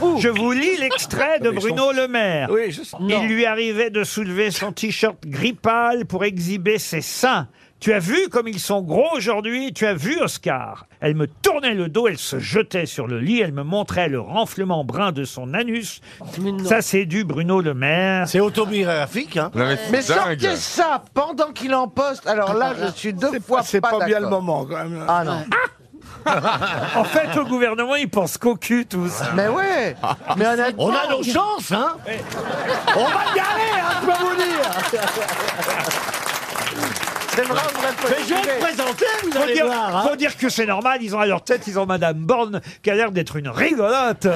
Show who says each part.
Speaker 1: vous.
Speaker 2: Je vous lis l'extrait de
Speaker 1: Mais ils sont-
Speaker 2: Bruno Le Maire.
Speaker 1: Oui, je sais. Non.
Speaker 2: Il lui arrivait de soulever son t-shirt gris pâle pour exhiber ses seins. Tu as vu comme ils sont gros aujourd'hui, tu as vu Oscar. Elle me tournait le dos, elle se jetait sur le lit, elle me montrait le renflement brun de son anus. Ça c'est du Bruno Le Maire.
Speaker 3: C'est autobiographique, hein
Speaker 4: Non, mais
Speaker 5: Euh, Mais
Speaker 4: c'est dingue.
Speaker 5: sortez ça pendant qu'il en poste. Alors là, je suis deux fois
Speaker 3: C'est pas, bien le
Speaker 5: d'accord.
Speaker 3: moment, quand même.
Speaker 5: Ah non.
Speaker 2: En fait, au gouvernement, ils pensent qu'au cul tous.
Speaker 5: Mais ouais. Mais honnêtement.
Speaker 3: Ah. On a nos chances, hein On va y aller, hein, je peux vous dire
Speaker 5: C'est vrai, on devrait pas
Speaker 3: Mais je vais
Speaker 5: le
Speaker 3: le
Speaker 5: trouver.
Speaker 3: présenter, vous
Speaker 2: Faut
Speaker 3: allez
Speaker 2: dire,
Speaker 3: voir, hein.
Speaker 2: faut dire que c'est normal, ils ont à leur tête, ils ont Madame Borne qui a l'air d'être une rigolote.